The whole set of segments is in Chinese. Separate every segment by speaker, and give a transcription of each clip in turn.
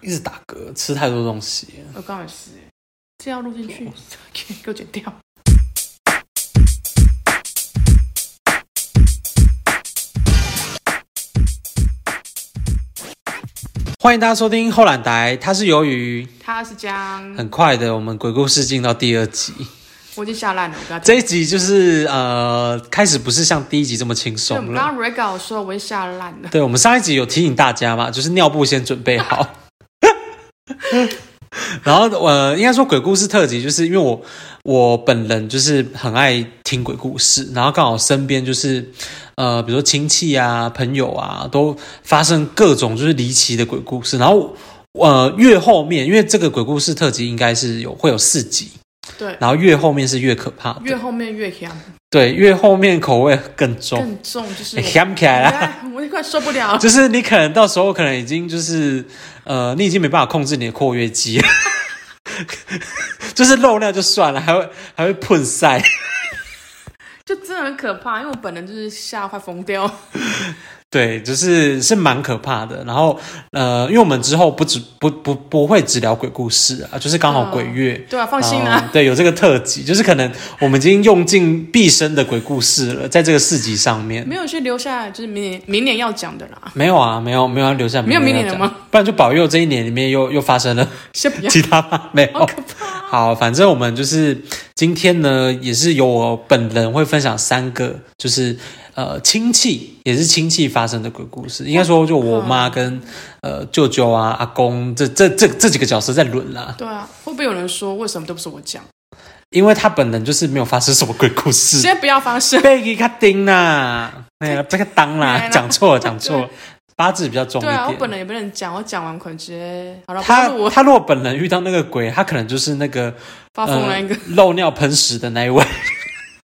Speaker 1: 一直打嗝，吃太多东西。
Speaker 2: 我刚好也是，这要录进去， 给给我剪掉。
Speaker 1: 欢迎大家收听后懒台，它是由于
Speaker 2: 他是姜，
Speaker 1: 很快的，我们鬼故事进到第二集，
Speaker 2: 我已经吓烂了，我跟他
Speaker 1: 这一集就是呃，开始不是像第一集这么轻
Speaker 2: 对，我们
Speaker 1: 松
Speaker 2: 刚
Speaker 1: 了。
Speaker 2: 刚 rega 的时候，我已经吓烂了。
Speaker 1: 对，我们上一集有提醒大家嘛，就是尿布先准备好。 然后呃，应该说鬼故事特辑，就是因为我我本人就是很爱听鬼故事，然后刚好身边就是呃，比如说亲戚啊、朋友啊，都发生各种就是离奇的鬼故事。然后呃，越后面，因为这个鬼故事特辑应该是有会有四集，
Speaker 2: 对，
Speaker 1: 然后越后面是越可怕的，
Speaker 2: 越后面越强，
Speaker 1: 对，越后面口味更重，
Speaker 2: 更重就是
Speaker 1: 欸
Speaker 2: 我。
Speaker 1: 香起来了。
Speaker 2: 哎我快受不了了。
Speaker 1: 就是你可能到时候可能已经就是呃，你已经没办法控制你的括约肌了，就是肉量就算了，还会还会喷晒。
Speaker 2: 就真的很可怕，因为我本人就是吓得快疯掉。
Speaker 1: 对，就是是蛮可怕的。然后呃，因为我们之后不只不不不会只聊鬼故事啊，就是刚好鬼月。
Speaker 2: 对啊，放心
Speaker 1: 然后
Speaker 2: 啦，
Speaker 1: 对，有这个特辑，就是可能我们已经用尽毕生的鬼故事了，在这个四集上面
Speaker 2: 没有去留下来，就是明年明年要讲的啦，
Speaker 1: 没有啊，没有没有要留下，
Speaker 2: 没有明年
Speaker 1: 要
Speaker 2: 了
Speaker 1: 讲
Speaker 2: 吗？
Speaker 1: 不然就保佑这一年里面又又发生了
Speaker 2: 先不 要。
Speaker 1: 其他吗？没有
Speaker 2: 好，可怕！
Speaker 1: 好，反正我们就是今天呢，也是由我本人会分享三个，就是呃亲戚也是亲戚发生的鬼故事。应该说，就我妈跟呃舅舅啊、阿公这这这这几个角色在轮啦，
Speaker 2: 对啊，会不会有人说为什么都不是我讲？
Speaker 1: 因为他本人就是没有发生什么鬼故事。
Speaker 2: 先不要发生。
Speaker 1: 被给他叮啦，哎呀，被他当啦
Speaker 2: 啊对，啦
Speaker 1: 讲错了，讲错了，八字比较重一
Speaker 2: 对啊，我本
Speaker 1: 点。
Speaker 2: 人也不能讲，我讲完可能直接好了，不
Speaker 1: 他
Speaker 2: 要录我
Speaker 1: 他如果本人遇到那个鬼，他可能就是那个
Speaker 2: 发疯了一 个。
Speaker 1: 呃漏尿喷屎的那一位，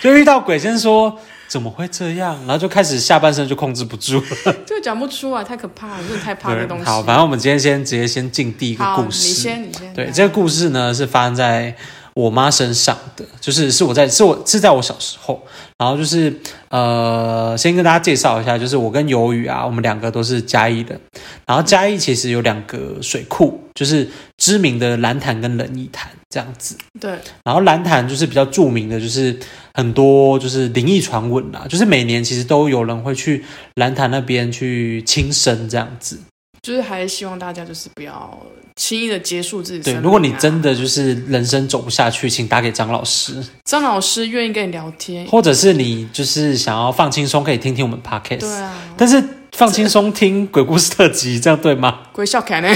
Speaker 1: 就遇到鬼先说怎么会这样，然后就开始下半身就控制不住了。
Speaker 2: 这个讲不出啊来，太可怕了，真的太怕这个东西。
Speaker 1: 好，反正我们今天先直接先进第一个
Speaker 2: 好，
Speaker 1: 故
Speaker 2: 你
Speaker 1: 事。
Speaker 2: 先，你先。
Speaker 1: 对，
Speaker 2: 来
Speaker 1: 这个故事呢是发生在我妈身上的，就是是我在是我是在我小时候，然后就是呃，先跟大家介绍一下，就是我跟鱿鱼啊，我们两个都是嘉义人，然后嘉义其实有两个水库，就是知名的蓝潭跟仁义潭这样子。
Speaker 2: 对，
Speaker 1: 然后蓝潭就是比较著名的，就是很多就是灵异传闻啦，就是每年其实都有人会去蓝潭那边去轻生这样子。
Speaker 2: 就是还是希望大家就是不要轻易的结束自己生
Speaker 1: 对，
Speaker 2: 命啊。
Speaker 1: 如果你真的就是人生走不下去，请打给张老师，
Speaker 2: 张老师愿意跟你聊天，
Speaker 1: 或者是你就是想要放轻松，可以听听我们 podcast。
Speaker 2: 对啊，
Speaker 1: 但是放轻松听鬼故事特辑，这样对吗？
Speaker 2: 鬼笑凯呢，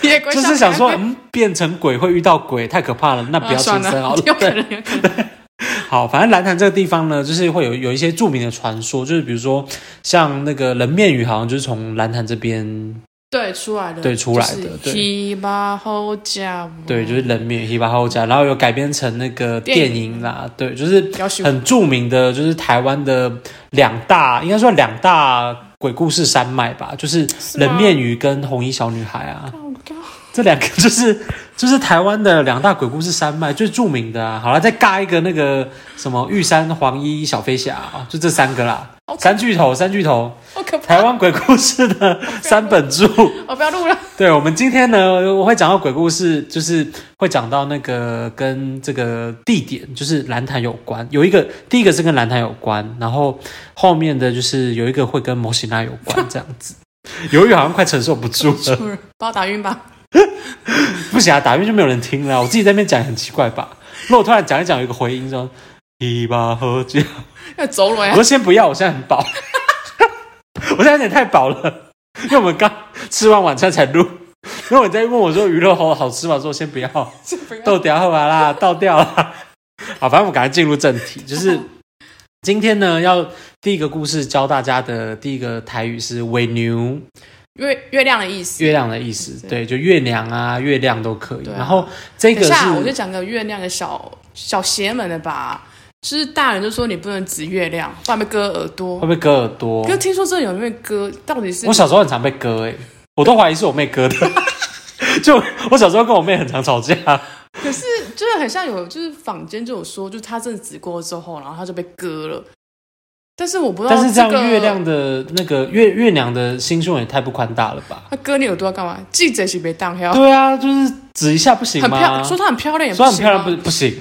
Speaker 2: 也鬼
Speaker 1: 就
Speaker 2: 笑凯
Speaker 1: 是想说，嗯，变成鬼会遇到鬼，太可怕了，那不要
Speaker 2: 啊
Speaker 1: 轻
Speaker 2: 算
Speaker 1: 生好
Speaker 2: 了
Speaker 1: 了。，
Speaker 2: 有
Speaker 1: 对
Speaker 2: 可能有可能，
Speaker 1: 好，反正蓝潭这个地方呢，就是会有有一些著名的传说，就是比如说像那个人面鱼，好像就是从蓝潭这边，
Speaker 2: 对，出来的，
Speaker 1: 对出来的对
Speaker 2: 提巴哦后加，
Speaker 1: 对，就是人面鱼吧后家，然后有改编成那个
Speaker 2: 电
Speaker 1: 电
Speaker 2: 影
Speaker 1: 影啦，对，就是
Speaker 2: 要喜欢
Speaker 1: 很著名的，就是台湾的两大，应该算两大鬼故事山脉吧，就是
Speaker 2: 吗
Speaker 1: 人面鱼跟红衣小女孩啊，
Speaker 2: 我靠
Speaker 1: 这两个就是 就是台湾的两大鬼故事山脉最著名的啊。好了，再尬一个那个什么玉山黄衣小飞侠啊，就这三个啦。
Speaker 2: 好可
Speaker 1: 三巨头，三巨头，
Speaker 2: 好可怕，
Speaker 1: 台湾鬼故事的三本 柱。
Speaker 2: 我不要录了，
Speaker 1: 对，我们今天呢，我会讲到鬼故事，就是会讲到那个跟这个地点，就是蓝潭有关。有一个，第一个是跟蓝潭有关，然后后面的就是有一个会跟摩西娜有关，这样子。由于好像快承受不住了，
Speaker 2: 把我打晕吧，
Speaker 1: 不行啊，打晕就没有人听了啊。我自己在那边讲也很奇怪 吧？如果我突然讲一讲，有一个回音说“一把喝酒”，
Speaker 2: 要走了
Speaker 1: 我
Speaker 2: 呀，
Speaker 1: 说先不要，我现在很饱， 我现在有点太饱了，因为我们刚吃完晚餐才录。然后你在问我说鱼肉好好吃吗？我说先不要，
Speaker 2: 先 不要
Speaker 1: 豆掉后完啦，倒掉啦。好，反正我们赶快进入正题，就是今天呢，要第一个故事教大家的第一个台语是尾牛。
Speaker 2: 月月亮的意思。
Speaker 1: 月亮的意思，对，
Speaker 2: 对
Speaker 1: 就月亮啊，月亮都可以。
Speaker 2: 对啊
Speaker 1: 然后这
Speaker 2: 等
Speaker 1: 个是，
Speaker 2: 一下，我就讲个月亮的小小邪门的吧，就是大人就说你不能指月亮，不然被割耳朵
Speaker 1: 会不。会割耳朵
Speaker 2: 可？是听说这有没有割，到底是
Speaker 1: 哦我小时候很常被割、欸，我都怀疑是我妹割的。 就我小时候跟我妹很常吵架，
Speaker 2: 哦可是就是很像有，就是坊间就有说，就是他真的指过之后，然后他就被割了，但是我不知道、
Speaker 1: 但是这样
Speaker 2: 个
Speaker 1: 月亮的那个月月亮的心胸也太不宽大了吧？
Speaker 2: 他割你耳朵要干嘛？记者是别当黑，
Speaker 1: 对啊，就是指一下不行
Speaker 2: 哦很漂
Speaker 1: 吗
Speaker 2: 亮，？说她很漂亮也不
Speaker 1: 说
Speaker 2: 行、啊，
Speaker 1: 很漂亮不不行，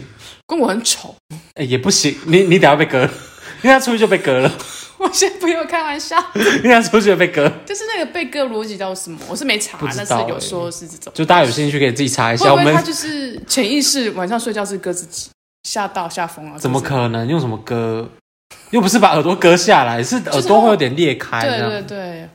Speaker 2: 跟我很丑，
Speaker 1: 哎也不行，你你等下被割， 因为他出去就被割了，
Speaker 2: 我先不要开玩笑。
Speaker 1: 因为他出去就被割。
Speaker 2: 就是那个被割逻辑到底是什么，我是没查
Speaker 1: 不，知
Speaker 2: 但是
Speaker 1: 道欸
Speaker 2: 有说是这种。
Speaker 1: 就大家有兴趣可以自己查 一
Speaker 2: 会
Speaker 1: 下，
Speaker 2: 不
Speaker 1: 我
Speaker 2: 会他
Speaker 1: 们
Speaker 2: 就是潜意识晚上睡觉是割自己，吓到吓疯了？
Speaker 1: 怎么
Speaker 2: 是不是？
Speaker 1: 可能用什么割？又不是把耳朵割下来，是耳朵会有点裂开这
Speaker 2: 对
Speaker 1: 样。
Speaker 2: 对对，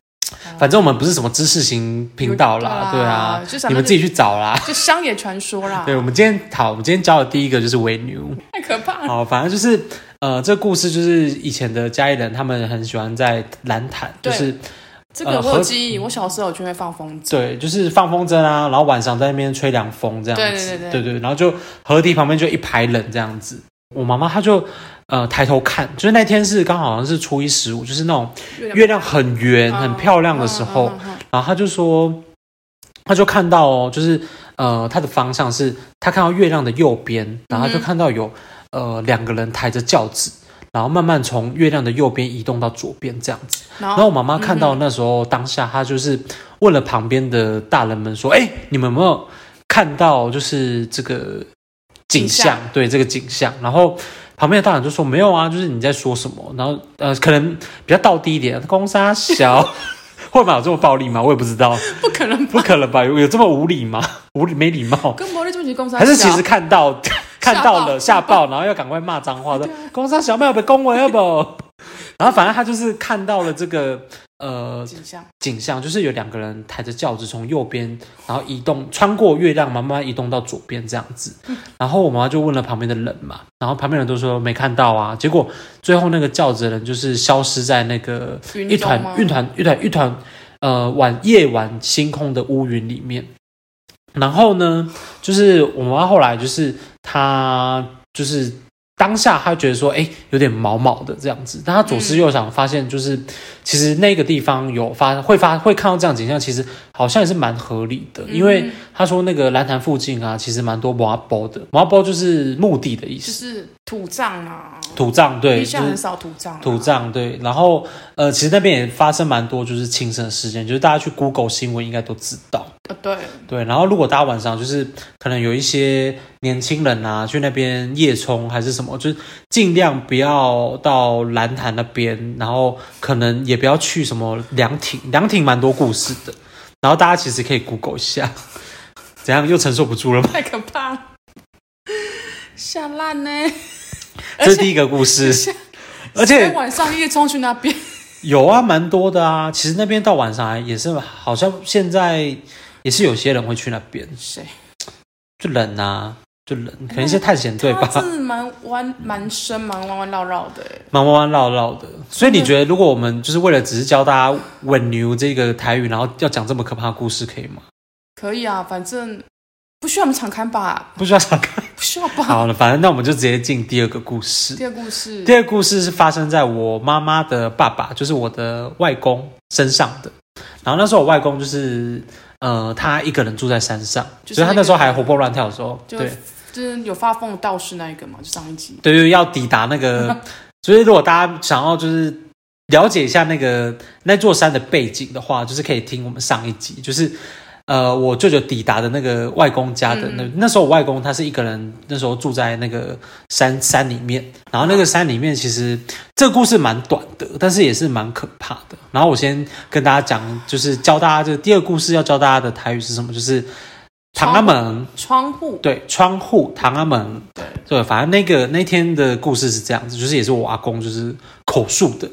Speaker 1: 反正我们不是什么知识型频道啦，
Speaker 2: 对
Speaker 1: 对
Speaker 2: 啊
Speaker 1: 啊
Speaker 2: 就，想
Speaker 1: 你们自己去找啦。
Speaker 2: 就乡野传说啦
Speaker 1: 对，，我们今天好，我们今天教的第一个就是为 牛。
Speaker 2: 太可怕了。
Speaker 1: 好，反正就是呃，这故事就是以前的家里人他们很喜欢在蓝毯，就
Speaker 2: 对
Speaker 1: 是
Speaker 2: 这个
Speaker 1: 呃
Speaker 2: 我
Speaker 1: 和
Speaker 2: 有记忆，我小时候有去会放风筝，
Speaker 1: 对，就是放风筝啊，然后晚上在那边吹凉风这样
Speaker 2: 对
Speaker 1: 子，
Speaker 2: 对对
Speaker 1: 对然后就河堤旁边就一排人这样子。我妈妈她就呃抬头看，就是那天是刚好好像是初一十五，就是那种月亮很圆、很漂亮的时候，
Speaker 2: 嗯嗯嗯嗯嗯
Speaker 1: 然后她就说，她就看到哦，就是呃她的方向是她看到月亮的右边，然后她就看到有、呃两个人抬着轿子，然后慢慢从月亮的右边移动到左边这样子。
Speaker 2: 然
Speaker 1: 然后
Speaker 2: 后嗯
Speaker 1: 我妈妈看到那时候当下，她就是问了旁边的大人们说：“哎、你们有没有看到就是这个景
Speaker 2: 景象
Speaker 1: 象？对，这个景象。”然后旁边的大人就说：“没有啊，就是你在说什么？”然后呃，可能比较倒低一点，公沙小 会吗？有这么暴力吗？我也不知道，
Speaker 2: 不可能
Speaker 1: 不可能吧？有有这么无理吗？无理没礼貌，
Speaker 2: 跟魔力终极公司
Speaker 1: 还是其实看到看到了吓
Speaker 2: 吓
Speaker 1: 爆，然后要赶快骂脏话的
Speaker 2: 对啊，
Speaker 1: 公沙小妹有被恭维了不？ 然后反正他就是看到了这个呃
Speaker 2: 景象，
Speaker 1: 景象，就是有两个人抬着轿子从右边，然后移动穿过月亮，慢慢移动到左边这样子。然后我妈妈就问了旁边的人嘛，然后旁边人都说没看到啊。结果最后那个轿子的人就是消失在那个
Speaker 2: 云
Speaker 1: 一
Speaker 2: 中
Speaker 1: 团
Speaker 2: 吗
Speaker 1: 一团一团一团呃晚夜晚星空的乌云里面。然后呢，就是我妈后来就是她就是当下她觉得说，哎，有点毛毛的这样子。但她左思右想，发现就是、其实那个地方有发会发会看到这样景象，其实好像也是蛮合理的，因为
Speaker 2: 嗯
Speaker 1: 她说那个蓝潭附近啊，其实蛮多麻包的，麻包就是墓地的意
Speaker 2: 就
Speaker 1: 思，
Speaker 2: 是土葬啊，
Speaker 1: 土葬对，
Speaker 2: 地
Speaker 1: 就
Speaker 2: 下很
Speaker 1: 是
Speaker 2: 少土葬啊，
Speaker 1: 土葬对，然后呃，其实那边也发生蛮多就是轻生事件，就是大家去 Google 新闻应该都知道。
Speaker 2: 啊，对，
Speaker 1: 对，然后如果大家晚上就是可能有一些年轻人啊，去那边夜冲还是什么，就是尽量不要到蓝潭那边，然后可能也不要去什么凉亭，凉亭蛮多故事的，然后大家其实可以 Google 一下， 怎样又承受不住了吗？
Speaker 2: 太可怕了， 吓烂呢。
Speaker 1: 这是第一个故事，
Speaker 2: 吓
Speaker 1: 而
Speaker 2: 所以
Speaker 1: 且
Speaker 2: 晚上夜冲去那边，
Speaker 1: 有啊，蛮多的啊，其实那边到晚上还也是好像现在也是有些人会去那边，
Speaker 2: 谁？
Speaker 1: 就冷啊，就冷，可能一些探险队吧。
Speaker 2: 他真的蛮弯蛮深蛮弯弯绕绕的欸，
Speaker 1: 蛮弯弯绕绕的。所以你觉得，如果我们就是为了只是教大家稳牛这个台语，然后要讲这么可怕的故事，可以吗？
Speaker 2: 可以啊，反正不需要我们常看吧，
Speaker 1: 不需要常看。
Speaker 2: 不需要吧。
Speaker 1: 好了，反正那我们就直接进第二个故事
Speaker 2: 第。二故事
Speaker 1: 第，二个故事是发生在我妈妈的爸爸，就是我的外公身上的。然后那时候我外公就是，呃，他一个人住在山上，
Speaker 2: 就是
Speaker 1: 所以他
Speaker 2: 那个
Speaker 1: 那时候还活蹦乱跳的时候，
Speaker 2: 就
Speaker 1: 对
Speaker 2: 就是有发疯的道士那一个嘛，就上一集。
Speaker 1: 对，就是要抵达那个，所以如果大家想要就是了解一下那个那座山的背景的话，就是可以听我们上一集，就是呃我舅舅抵达的那个外公家的那、那时候我外公他是一个人，那时候住在那个山山里面，然后那个山里面其实这个故事蛮短的，但是也是蛮可怕的。然后我先跟大家讲，就是教大家这个第二个故事要教大家的台语是什么，就是唐阿门。
Speaker 2: 窗户，
Speaker 1: 对，窗户、唐阿门，
Speaker 2: 对，
Speaker 1: 对，反正那个那天的故事是这样子，就是也是我阿公就是口述的，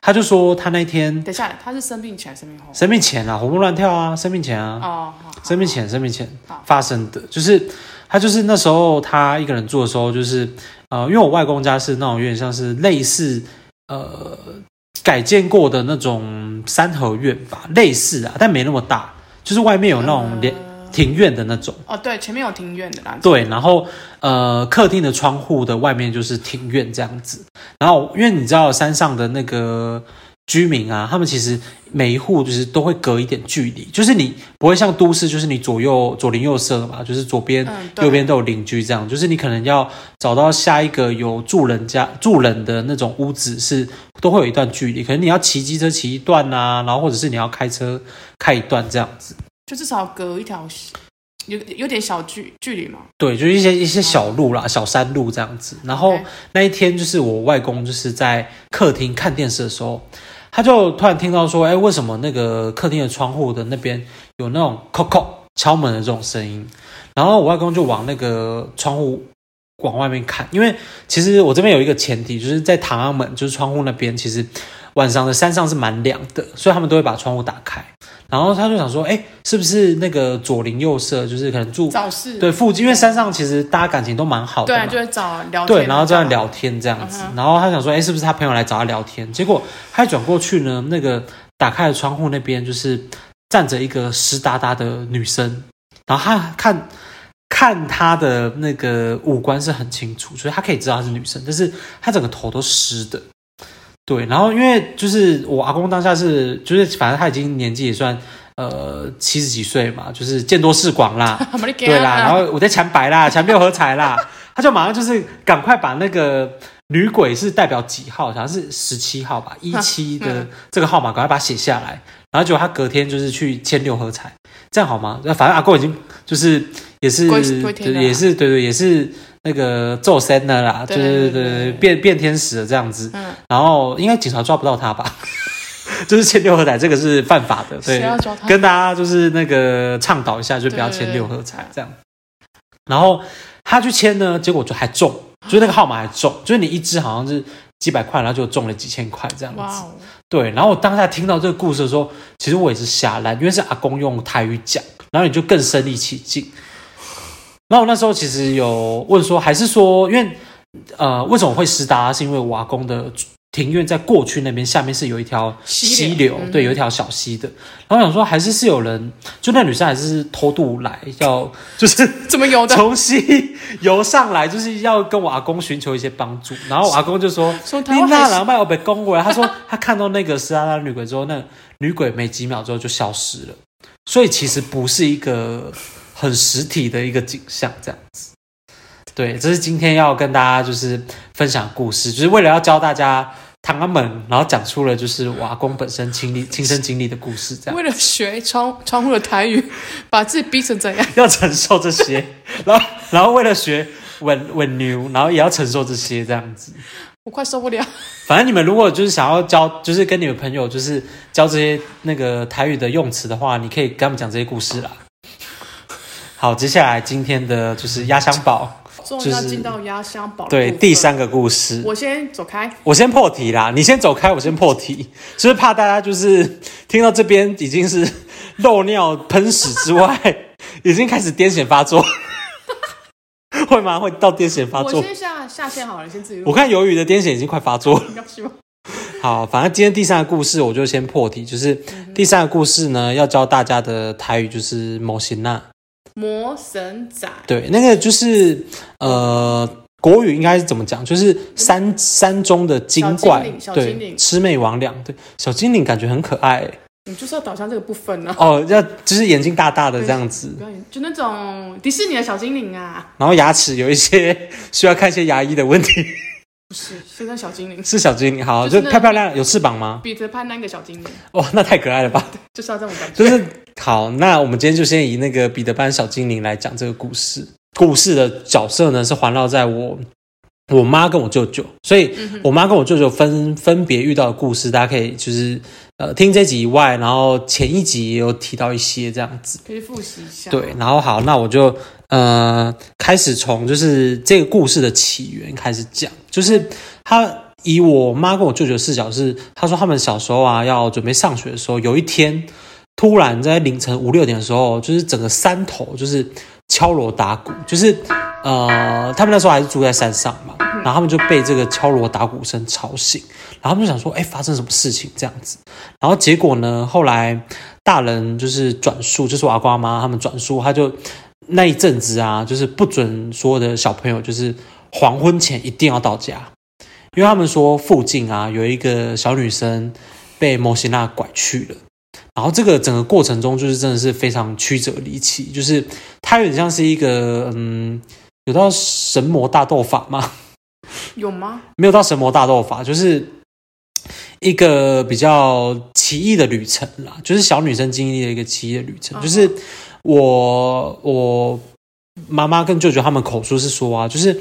Speaker 1: 他就说他那天
Speaker 2: 等一下，他是生病前还是生病后？
Speaker 1: 生病前啊，活蹦乱跳啊，生病前啊，
Speaker 2: 哦，好
Speaker 1: 生病前生病前
Speaker 2: 好
Speaker 1: 发生的，就是他就是那时候他一个人住的时候，就是呃，因为我外公家是那种有点像是类似呃改建过的那种三合院吧，类似啊，但没那么大，就是外面有那种
Speaker 2: 嗯
Speaker 1: 连庭院的那种。
Speaker 2: 呃哦，对，前面有庭院的啦，
Speaker 1: 对，然后呃，客厅的窗户的外面就是庭院这样子。然后因为你知道山上的那个居民啊，他们其实每一户就是都会隔一点距离，就是你不会像都市，就是你左右左邻右舍嘛，就是左边、
Speaker 2: 嗯对
Speaker 1: 右边都有邻居这样，就是你可能要找到下一个有住人家住人的那种屋子是都会有一段距离，可能你要骑机车骑一段啊，然后或者是你要开车开一段这样子，
Speaker 2: 就至少隔一条有有点小距距离嘛。
Speaker 1: 对，就是一些一些小路啦、小山路这样子。然后
Speaker 2: OK
Speaker 1: 那一天就是我外公就是在客厅看电视的时候，他就突然听到说，哎，为什么那个客厅的窗户的那边有那种叩叩敲门的这种声音？然后我外公就往那个窗户往外面看，因为其实我这边有一个前提，就是在唐安门，就是窗户那边，其实晚上的山上是蛮凉的，所以他们都会把窗户打开。然后他就想说，哎，是不是那个左邻右舍，就是可能住
Speaker 2: 早市
Speaker 1: 对附近，因为山上其实大家感情都蛮好的
Speaker 2: 对
Speaker 1: 嘛
Speaker 2: 啊，就会找聊天
Speaker 1: 对，然后这样 聊天这样子
Speaker 2: 嗯，哼
Speaker 1: 然后他想说，哎，是不是他朋友来找他聊天？结果他一转过去呢，那个打开的窗户那边就是站着一个湿哒哒的女生，然后他看看她的那个五官是很清楚，所以他可以知道她是女生，但是她整个头都湿的。对，然后因为就是我阿公当下是，就是反正他已经年纪也算呃七十几岁嘛，就是见多识广啦，
Speaker 2: 很没
Speaker 1: 对啦，然后我在抢白啦，抢六合彩 啦，他就马上就是赶快把那个女鬼是代表几号，好像是十七号吧，一七的
Speaker 2: 嗯
Speaker 1: 这个号码，赶快把它写下来。然后结果他隔天就是去签六合彩，这样好吗？那反正阿公已经就是也是
Speaker 2: 归归天
Speaker 1: 对
Speaker 2: 了啦
Speaker 1: 也是对对也是那个咒仙的啦，对
Speaker 2: 对
Speaker 1: 对
Speaker 2: 对
Speaker 1: 对
Speaker 2: 对
Speaker 1: 对，
Speaker 2: 对
Speaker 1: 变变天使了这样子。
Speaker 2: 嗯
Speaker 1: 然后应该警察抓不到他吧？ 就是签六合彩这个是犯法的，对
Speaker 2: 谁，要找他？
Speaker 1: 跟大家就是那个倡导一下，就不要签六合彩这样。然后他去签呢，结果就还中，就是那个号码还中，就是你一支好像是几百块，然后就中了几千块这样
Speaker 2: 哇
Speaker 1: 子。
Speaker 2: 哦，
Speaker 1: 对，然后我当下听到这个故事的时候，其实我也是吓烂，因为是阿公用台语讲，然后你就更身临其境。然后我那时候其实有问说，还是说，因为呃，为什么会湿搭？是因为我阿公的庭院在过去那边下面是有一条
Speaker 2: 溪
Speaker 1: 溪流
Speaker 2: 流，嗯
Speaker 1: 对，有一条小溪的。然后想说，还是是有人，就那女生还是偷渡来，要就是
Speaker 2: 怎么 有的？
Speaker 1: 从西游上来，就是要跟我阿公寻求一些帮助。然后我阿公就说：“
Speaker 2: 说台
Speaker 1: 你
Speaker 2: 湾
Speaker 1: 那
Speaker 2: 还是
Speaker 1: 老麦我被恭维。”他说 他看到那个斯拉拉女鬼之后，那个女鬼没几秒之后就消失了，所以其实不是一个很实体的一个景象，这样子。对，这是今天要跟大家就是分享的故事，就是为了要教大家唐安门，然后讲出了就是我阿公本身亲历亲身经历的故事，这样。
Speaker 2: 为了学窗窗户的台语，把自己逼成怎样？
Speaker 1: 要承受这些， 然后然后为了学稳稳牛，然后也要承受这些这样子。
Speaker 2: 我快受不了。
Speaker 1: 反正你们如果就是想要教，就是跟你们朋友就是教这些那个台语的用词的话，你可以跟他们讲这些故事啦。好，接下来今天的就是压箱宝，
Speaker 2: 终于要进到压箱宝的
Speaker 1: 对
Speaker 2: 部分
Speaker 1: 第，三个故事，
Speaker 2: 我先走开。
Speaker 1: 我先破题啦，你先走开，我先破题，就是怕大家就是听到这边已经是漏尿喷屎之外， 已经开始癫痫发作， 会吗？会到癫痫发
Speaker 2: 我
Speaker 1: 作？
Speaker 2: 先下下线好了，你先自己
Speaker 1: 啊
Speaker 2: 录。
Speaker 1: 我看鱿鱼的癫痫已经快发作了。
Speaker 2: 应该是吧
Speaker 1: 好，反正今天第三个故事我就先破题，就是
Speaker 2: 嗯
Speaker 1: 第三个故事呢要教大家的台语就是模型呐，
Speaker 2: 魔神仔，
Speaker 1: 对，那个就是呃。国语应该是怎么讲？就是山山中的精怪，
Speaker 2: 小精灵小精
Speaker 1: 对，
Speaker 2: 灵
Speaker 1: 魑魅魍魉，对，小精灵感觉很可爱、欸
Speaker 2: 你就是要导向这个部分呢、啊。
Speaker 1: 哦，要就是眼睛大大的这样子，
Speaker 2: 不要演就那种迪士尼的小精灵啊，
Speaker 1: 然后牙齿有一些 需要看一些牙医的问题。
Speaker 2: 不是，是那小精灵，
Speaker 1: 是小精灵，好，
Speaker 2: 就是
Speaker 1: 就
Speaker 2: 那
Speaker 1: 漂漂亮亮，有翅膀吗？
Speaker 2: 彼得潘那个小精灵，
Speaker 1: 哇、那太可爱了吧！
Speaker 2: 就是要这种感觉。
Speaker 1: 就是好，那我们今天就先以那个彼得潘小精灵来讲这个故事。故事的角色呢是环绕在我我妈跟我舅舅，所以我妈跟我舅舅分分别遇到的故事，大家可以就是呃听这集以外，然后前一集也有提到一些这样子。
Speaker 2: 可以复习一下。
Speaker 1: 对，然后好，那我就呃开始从就是这个故事的起源开始讲，就是他以我妈跟我舅舅的视角是，他说他们小时候啊要准备上学的时候，有一天突然在凌晨五六点的时候，就是整个山头就是敲锣打鼓，就是呃他们那时候还是住在山上嘛，然后他们就被这个敲锣打鼓声吵醒，然后他们就想说，哎，发生什么事情这样子，然后结果呢，后来。大人就是转述，就是我阿公阿妈他们转述，他就那一阵子啊，就是不准所有的小朋友就是黄昏前一定要到家，因为他们说附近啊有一个小女生被摩西娜拐去了。然后这个整个过程中，就是真的是非常曲折离奇，就是它有点像是一个嗯，有到神魔大斗法吗？
Speaker 2: 有吗？
Speaker 1: 没有到神魔大斗法，就是一个比较奇异的旅程啦，就是小女生经历了一个奇异的旅程，
Speaker 2: 嗯
Speaker 1: 就是我我妈妈跟舅舅他们口述是说啊，就是。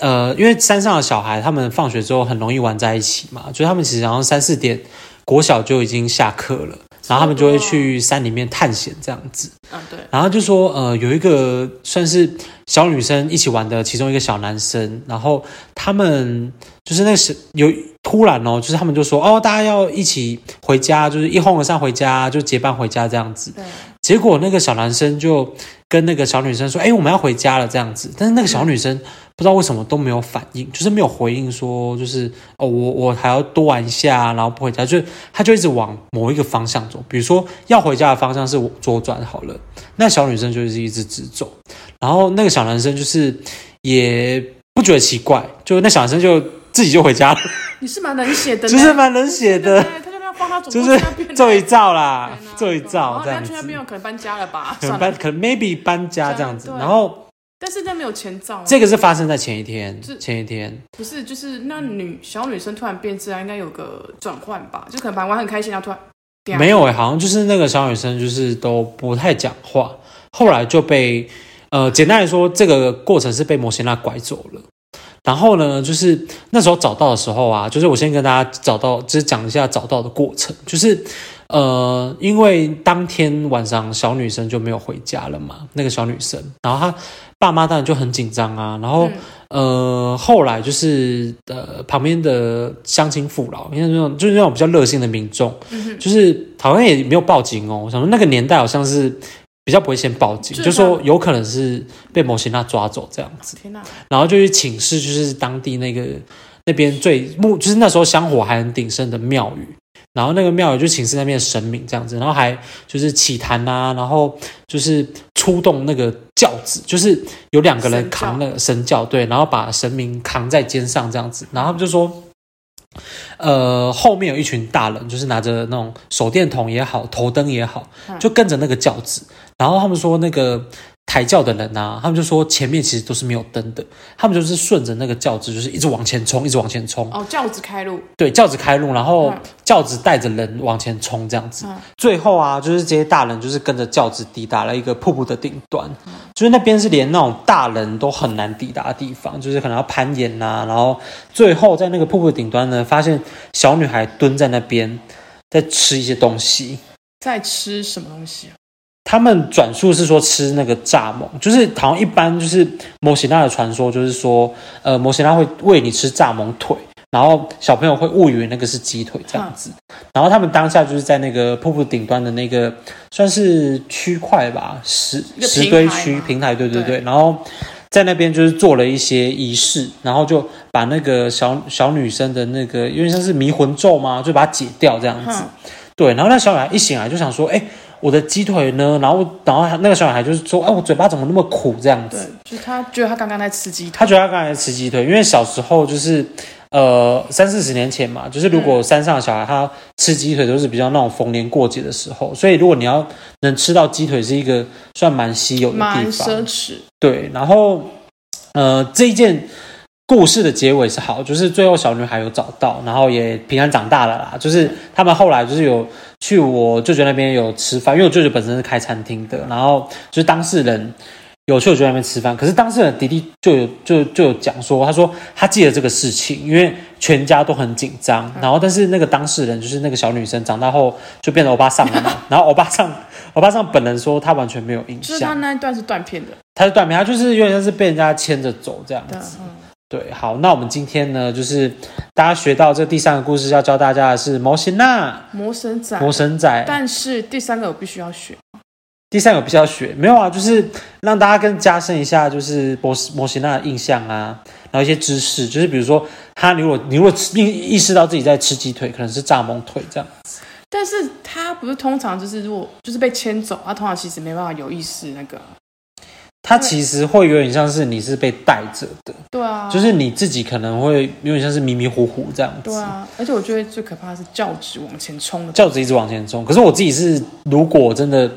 Speaker 1: 呃，因为山上的小孩他们放学之后很容易玩在一起嘛，就是他们其实好像三四点国小就已经下课了，然后他们就会去山里面探险这样子。
Speaker 2: 啊，对，
Speaker 1: 然后就说，呃，有一个算是小女生一起玩的其中一个小男生，然后他们就是那是有突然哦，就是他们就说，哦，大家要一起回家，就是一哄而散回家，就结伴回家这样子。
Speaker 2: 对，
Speaker 1: 结果那个小男生就跟那个小女生说，哎，我们要回家了这样子。但是那个小女
Speaker 2: 嗯
Speaker 1: 生不知道为什么都没有反应，就是没有回应说，就是哦，我我还要多玩一下，然后不回家，就是她就一直往某一个方向走，比如说要回家的方向是我左转好了。那小女生就是一直直走，然后那个小男生就是也不觉得奇怪，就那小男生就自己就回家了，
Speaker 2: 你是蛮冷血的呢，
Speaker 1: 就是蛮冷血 的，
Speaker 2: 对，他就要帮他走
Speaker 1: 就
Speaker 2: 过
Speaker 1: 是
Speaker 2: 去那边呢，
Speaker 1: 做一照啦
Speaker 2: 对呢，
Speaker 1: 做一照
Speaker 2: 然后
Speaker 1: 这样
Speaker 2: 人家哦去那
Speaker 1: 子，
Speaker 2: 边有可能搬家了吧？
Speaker 1: 可能
Speaker 2: 算了
Speaker 1: 搬，可能 maybe 搬家这样子，
Speaker 2: 对
Speaker 1: 然后
Speaker 2: 但是那没有前兆啊，
Speaker 1: 这个是发生在前一天
Speaker 2: 是，
Speaker 1: 前一天，
Speaker 2: 不是就是那女小女生突然变质啊，应该有个转换吧？就可能玩玩很开心，然后突然对啊
Speaker 1: 没有诶、欸好像就是那个小女生就是都不太讲话，后来就被呃，简单来说，这个过程是被摩西娜拐走了。然后呢，就是那时候找到的时候啊，就是我先跟大家找到，就是讲一下找到的过程，就是呃，因为当天晚上小女生就没有回家了嘛，那个小女生，然后她爸妈当然就很紧张啊，然后、
Speaker 2: 嗯
Speaker 1: 呃，后来就是呃，旁边的乡亲父老，因为那种就是那种比较热心的民众，
Speaker 2: 嗯
Speaker 1: 就是好像也没有报警哦，我想说那个年代好像是比较不会先报警，
Speaker 2: 就是
Speaker 1: 就
Speaker 2: 他
Speaker 1: 说有可能是被某些那抓走这样子。
Speaker 2: 天哪，
Speaker 1: 然后就去请示，就是当地那个那边最木，就是那时候香火还很鼎盛的庙宇。然后那个庙宇就请示那边的神明这样子，然后还就是起坛啊，然后就是出动那个轿子，就是有两个人
Speaker 2: 神轿
Speaker 1: 扛那个神轿，对，然后把神明扛在肩上这样子，然后他们就说，呃，后面有一群大人，就是拿着那种手电筒也好，头灯也好，
Speaker 2: 嗯
Speaker 1: 就跟着那个轿子。然后他们说那个抬轿的人啊，他们就说前面其实都是没有灯的，他们就是顺着那个轿子，就是一直往前冲，一直往前冲。
Speaker 2: 哦，轿子开路，
Speaker 1: 对，轿子开路，然后
Speaker 2: 嗯
Speaker 1: 轿子带着人往前冲，这样子。
Speaker 2: 嗯
Speaker 1: 最后啊，就是这些大人就是跟着轿子抵达了一个瀑布的顶端，
Speaker 2: 嗯
Speaker 1: 就是那边是连那种大人都很难抵达的地方，就是可能要攀岩呐、然后最后在那个瀑布的顶端呢，发现小女孩蹲在那边在吃一些东西。
Speaker 2: 在吃什么东西啊？
Speaker 1: 他们转述是说吃那个蚱蜢，就是好像一般就是摩西娜的传说，就是说，呃，摩西娜会喂你吃蚱蜢腿，然后小朋友会误以为那个是鸡腿这样子。
Speaker 2: 嗯
Speaker 1: 然后他们当下就是在那个瀑布顶端的那个算是区块吧，石
Speaker 2: 一个
Speaker 1: 石
Speaker 2: 平
Speaker 1: 堆
Speaker 2: 台
Speaker 1: 区
Speaker 2: 嘛
Speaker 1: 平台，对对对。
Speaker 2: 对
Speaker 1: 然后在那边就是做了一些仪式，然后就把那个小小女生的那个有点像是迷魂咒嘛，就把它解掉这样子。
Speaker 2: 哼
Speaker 1: 对，然后那小女孩一醒来就想说，哎，我的鸡腿呢？然后，然后那个小女孩就是说，哎，我嘴巴怎么那么苦这样
Speaker 2: 对
Speaker 1: 子？，
Speaker 2: 就是他觉得他刚刚在吃鸡
Speaker 1: 她
Speaker 2: 腿，
Speaker 1: 觉得她刚才吃鸡腿，因为小时候就是。呃，三四十年前嘛，就是如
Speaker 2: 嗯
Speaker 1: 果山上的小孩他吃鸡腿都是比较那种逢年过节的时候，所以如果你要能吃到鸡腿，是一个算蛮稀有的地
Speaker 2: 蛮
Speaker 1: 方
Speaker 2: 奢。侈，
Speaker 1: 对，然后呃，这一件故事的结尾是好，就是最后小女孩有找到，然后也平安长大了啦。就是他们后来就是有去我舅舅那边有吃饭，因为我舅舅本身是开餐厅的，然后就是当事人。有去我舅舅那边吃饭，可是当事人弟弟就有就就有讲说，他说他记得这个事情，因为全家都很紧张。
Speaker 2: 嗯
Speaker 1: 然后，但是那个当事人就是那个小女生，长大后就变成欧巴桑了嘛。然后欧巴桑欧巴桑本人说他完全没有印
Speaker 2: 就是
Speaker 1: 象，
Speaker 2: 他那一段是断片的，
Speaker 1: 他是断片，他就是有点像是被人家牵着走这样
Speaker 2: 对，
Speaker 1: 子。
Speaker 2: 嗯
Speaker 1: 对，好，那我们今天呢，就是大家学到这第三个故事，要教大家的是摩西娜、
Speaker 2: 魔神仔，
Speaker 1: 魔神仔。
Speaker 2: 但是第三个我必须要学，
Speaker 1: 第三个比较学，没有啊，就是让大家更加深一下，就是摩摩西娜的印象啊，然后一些知识，就是比如说他如果你如果吃意意识到自己在吃鸡腿，可能是蚱蜢腿这样。
Speaker 2: 但是他不是通常就是如果就是被牵走，他通常其实没办法有意识那个，
Speaker 1: 它其实会有点像是你是被带着的，
Speaker 2: 对啊，
Speaker 1: 就是你自己可能会有点像是迷迷糊糊这样子。
Speaker 2: 对啊，而且我觉得最可怕的是教职往前冲的，
Speaker 1: 轿子一直往前冲。可是我自己是，如果真的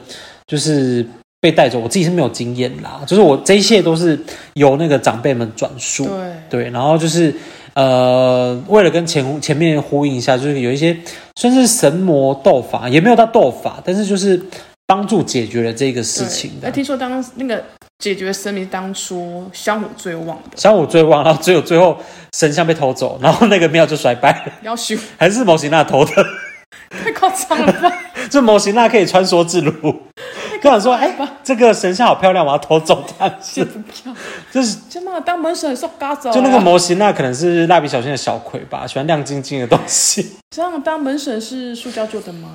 Speaker 1: 就是被带走，我自己是没有经验啦。就是我这一切都是由那个长辈们转述，
Speaker 2: 对
Speaker 1: 对，然后就是呃，为了跟前前面呼应一下，就是有一些算是神魔斗法，也没有到斗法，但是就是帮助解决了这个事
Speaker 2: 对
Speaker 1: 情
Speaker 2: 哎，
Speaker 1: 的。
Speaker 2: 听说当那个解决声明当初香火最旺的，
Speaker 1: 像我最旺，然后只有最后神像被偷走，然后那个庙就衰败了，
Speaker 2: 要修
Speaker 1: 还是摩西娜偷的。
Speaker 2: 太夸张了吧？
Speaker 1: 这模型那可以穿梭自如。跟我说，哎、这个神像好漂亮，我要偷走它。
Speaker 2: 先
Speaker 1: 是，
Speaker 2: 不要，
Speaker 1: 就是
Speaker 2: 这妈的当门神受嘎走，
Speaker 1: 就那个模型那可能是蜡笔小新的小葵吧，喜欢亮晶晶的东西。
Speaker 2: 这样当门神是塑胶做的吗？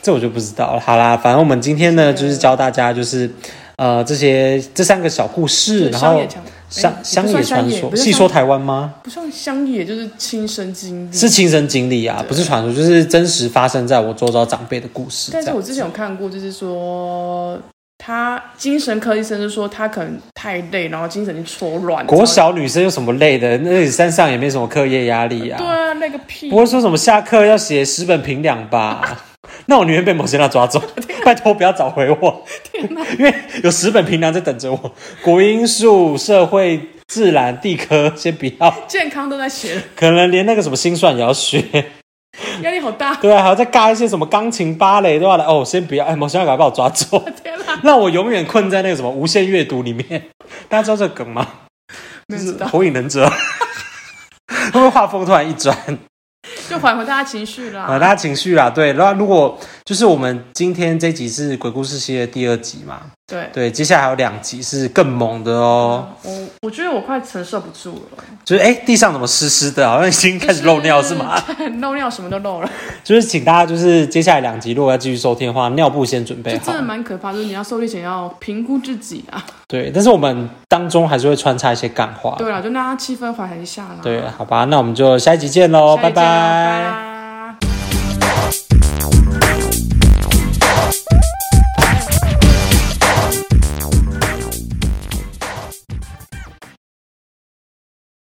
Speaker 1: 这我就不知道了。好啦，反正我们今天呢，就是教大家就是呃这些这三个小故事，
Speaker 2: 就是
Speaker 1: 然
Speaker 2: 乡
Speaker 1: 后
Speaker 2: 野强，
Speaker 1: 乡
Speaker 2: 哎
Speaker 1: 乡
Speaker 2: 不
Speaker 1: 野
Speaker 2: 算
Speaker 1: 传
Speaker 2: 野嗯
Speaker 1: 说，
Speaker 2: 不是
Speaker 1: 细
Speaker 2: 乡
Speaker 1: 说台湾吗？
Speaker 2: 不算乡野，就是亲身经历。
Speaker 1: 是亲身经历啊，不是传说，就是真实发生在我周遭长辈的故事。
Speaker 2: 但是
Speaker 1: 这样
Speaker 2: 我之前有看过，就是说他精神科医生就说他可能太累，然后精神已经错乱了。
Speaker 1: 国小啊女生有什么累的？那里山上也没什么课业压力啊。
Speaker 2: 对啊，累个屁
Speaker 1: 不！会说什么下课要写十本评两吧？ 那我宁愿被某些人 抓走，拜托不要找回我，因为有十本评量在等着我。国英数、社会、自然、地科，先不要，
Speaker 2: 健康都在写，
Speaker 1: 可能连那个什么心算也要学。
Speaker 2: 压力好大。
Speaker 1: 对啊，还要再尬一些什么钢琴、芭蕾都要来。哦，先不要，哎，某些人赶快把我抓走，
Speaker 2: 天哪，
Speaker 1: 让我永远困在那个什么无限阅读里面。大家知道这个梗吗？
Speaker 2: 没
Speaker 1: 就
Speaker 2: 有
Speaker 1: 是
Speaker 2: 知道，
Speaker 1: 火影忍者。 会不会画风突然一转？
Speaker 2: 就缓和大家情绪
Speaker 1: 啊，
Speaker 2: 啦。
Speaker 1: 大家情绪啦，对。那如果就是我们今天这集是鬼故事系列第二集嘛，
Speaker 2: 对，嗯
Speaker 1: 对，接下来还有两集是更猛的哦。
Speaker 2: 我我觉得我快承受不住了，
Speaker 1: 就是哎，地上怎么湿湿的，好啊像已经 开始漏尿是吗？？
Speaker 2: 漏尿什么都漏了，
Speaker 1: 就是请大家就是接下来两集如果要继续收听的话，尿布先准备
Speaker 2: 就
Speaker 1: 好
Speaker 2: 真。的蛮可怕。就是你要受力前要评估自己啊。
Speaker 1: 对，但是我们当中还是会穿插一些干话。
Speaker 2: 对了，就让他气氛缓和一下啦。
Speaker 1: 对，好吧，那我们就下一集见喽，
Speaker 2: 下一集
Speaker 1: 拜
Speaker 2: 啦，拜拜